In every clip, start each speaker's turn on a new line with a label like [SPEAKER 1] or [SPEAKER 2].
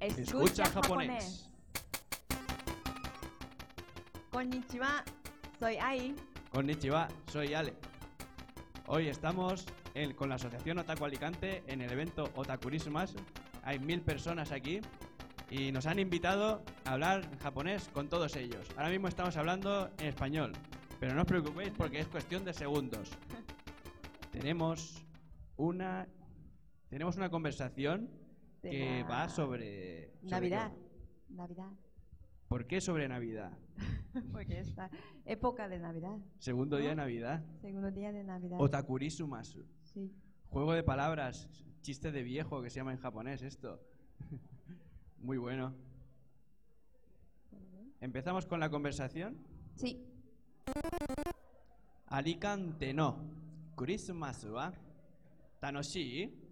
[SPEAKER 1] Escucha japonés.
[SPEAKER 2] Konnichiwa, soy Ai.
[SPEAKER 1] Konnichiwa, soy Ale. Hoy estamos en- con la Asociación Otaku Alicante en el evento Otakurismas. Hay mil personas aquí y nos han invitado a hablar en japonés con todos ellos. Ahora mismo estamos hablando en español, pero no os preocupéis porque es cuestión de segundos. Tenemos una, tenemos una conversación
[SPEAKER 2] de
[SPEAKER 1] que
[SPEAKER 2] la-
[SPEAKER 1] va sobre... sobre
[SPEAKER 2] Navidad.
[SPEAKER 1] qué.
[SPEAKER 2] Navidad.
[SPEAKER 1] ¿Por qué sobre Navidad?
[SPEAKER 2] Porque esta época de Navidad.
[SPEAKER 1] Segundo día de Navidad.
[SPEAKER 2] Segundo día de Navidad.
[SPEAKER 1] Otakurisumasu.
[SPEAKER 2] Sí.
[SPEAKER 1] Juego de palabras, chiste de viejo que se llama en japonés esto. Muy bueno. Empezamos con la conversación.
[SPEAKER 2] Sí.
[SPEAKER 1] Alicante no. Christmas wa tanoshii.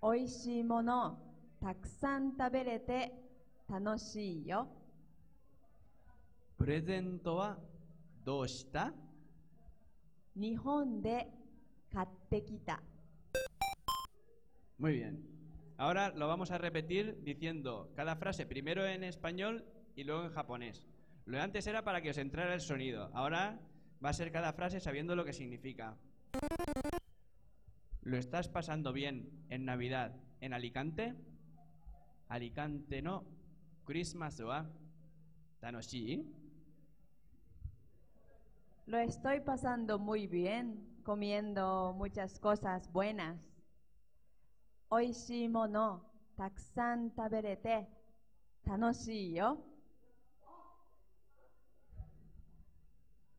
[SPEAKER 2] Oishii mono, takusan taberete, tanoshii yo.
[SPEAKER 1] プレゼントはどうした
[SPEAKER 2] 日本で買ってきた。
[SPEAKER 1] Muy bien. Ahora lo vamos a repetir diciendo cada frase primero en español y luego en japonés. Lo de antes era para que os entrara el sonido. Ahora va a ser cada frase sabiendo lo que significa. ¿Lo estás pasando bien en Navidad en Alicante? Alicante no. Christmas wa tanoshii.
[SPEAKER 2] Lo estoy pasando muy bien, comiendo muchas cosas buenas. Oishii mono, takusan taberete, tanoshii yo.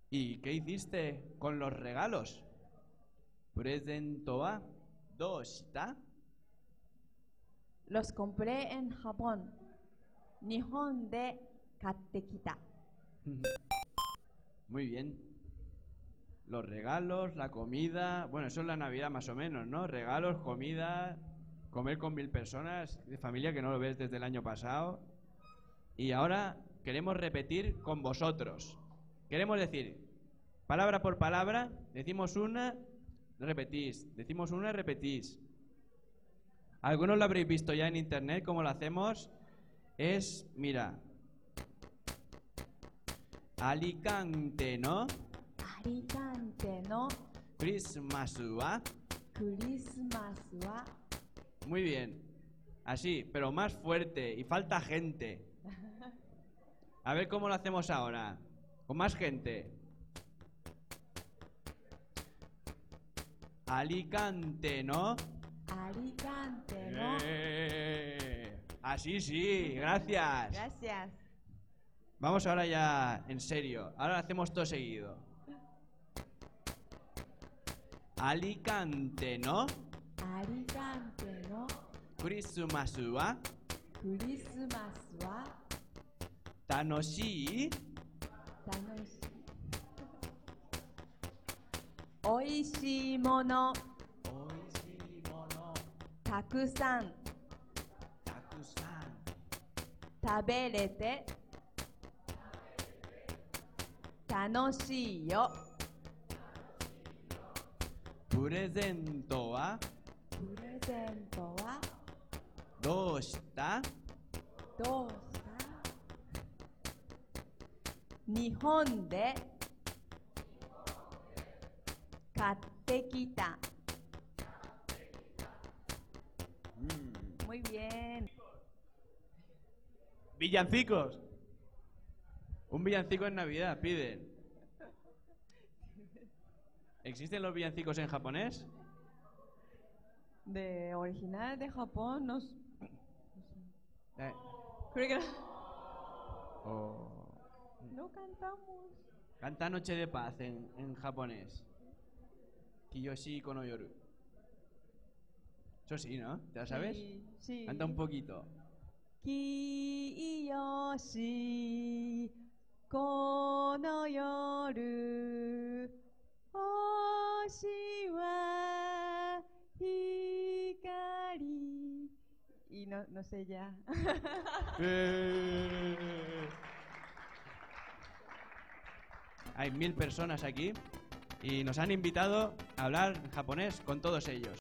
[SPEAKER 1] ¿Y qué hiciste con los regalos? Presento wa doshita.
[SPEAKER 2] Los compré en Japón. Nihon de Katekita.
[SPEAKER 1] Muy bien. Los regalos, la comida. Bueno, eso es la Navidad más o menos, ¿no? Regalos, comida, comer con mil personas, de familia que no lo ves desde el año pasado. Y ahora queremos repetir con vosotros. Queremos decir, palabra por palabra, decimos una, repetís. Decimos una, repetís. Algunos lo habréis visto ya en internet, cómo lo hacemos. Es, mira, Alicante, ¿no?
[SPEAKER 2] Alicante no
[SPEAKER 1] Christmas wa.
[SPEAKER 2] Christmas wa
[SPEAKER 1] Muy bien. Así, pero más fuerte. Y falta gente. A ver cómo lo hacemos ahora. Con más gente. Alicante, ¿no?
[SPEAKER 2] Alicante no.
[SPEAKER 1] Eh, Así sí, gracias.
[SPEAKER 2] Gracias.
[SPEAKER 1] Vamos ahora ya en serio. Ahora lo hacemos todo seguido. Alicante, ¿no?
[SPEAKER 2] Alicante no
[SPEAKER 1] Christmas wa
[SPEAKER 2] Christmas wa
[SPEAKER 1] tanoshii.
[SPEAKER 2] tanoshi. Oishii mono takusan
[SPEAKER 1] Takusan.
[SPEAKER 2] 食べれて楽しいよ。
[SPEAKER 1] Presento wa
[SPEAKER 2] プレゼントは
[SPEAKER 1] doshita.
[SPEAKER 2] どうした日本で買ってきた。Muy
[SPEAKER 1] Mm.
[SPEAKER 2] bien.
[SPEAKER 1] Villancicos. Un villancico en Navidad, piden. ¿Existen los villancicos en japonés?
[SPEAKER 2] De original de Japón, nos.
[SPEAKER 1] Eh,
[SPEAKER 2] Creo que
[SPEAKER 1] o-
[SPEAKER 2] no, no cantamos.
[SPEAKER 1] Canta Noche de Paz en, en japonés. Kiyoshi Konoyoru. Eso sí, ¿no? ¿Te la sabes?
[SPEAKER 2] Sí, sí.
[SPEAKER 1] Canta un poquito.
[SPEAKER 2] きよしこの夜星は光 y no, no sé ya
[SPEAKER 1] Eh. Hay mil personas aquí y nos han invitado a hablar japonés con todos ellos.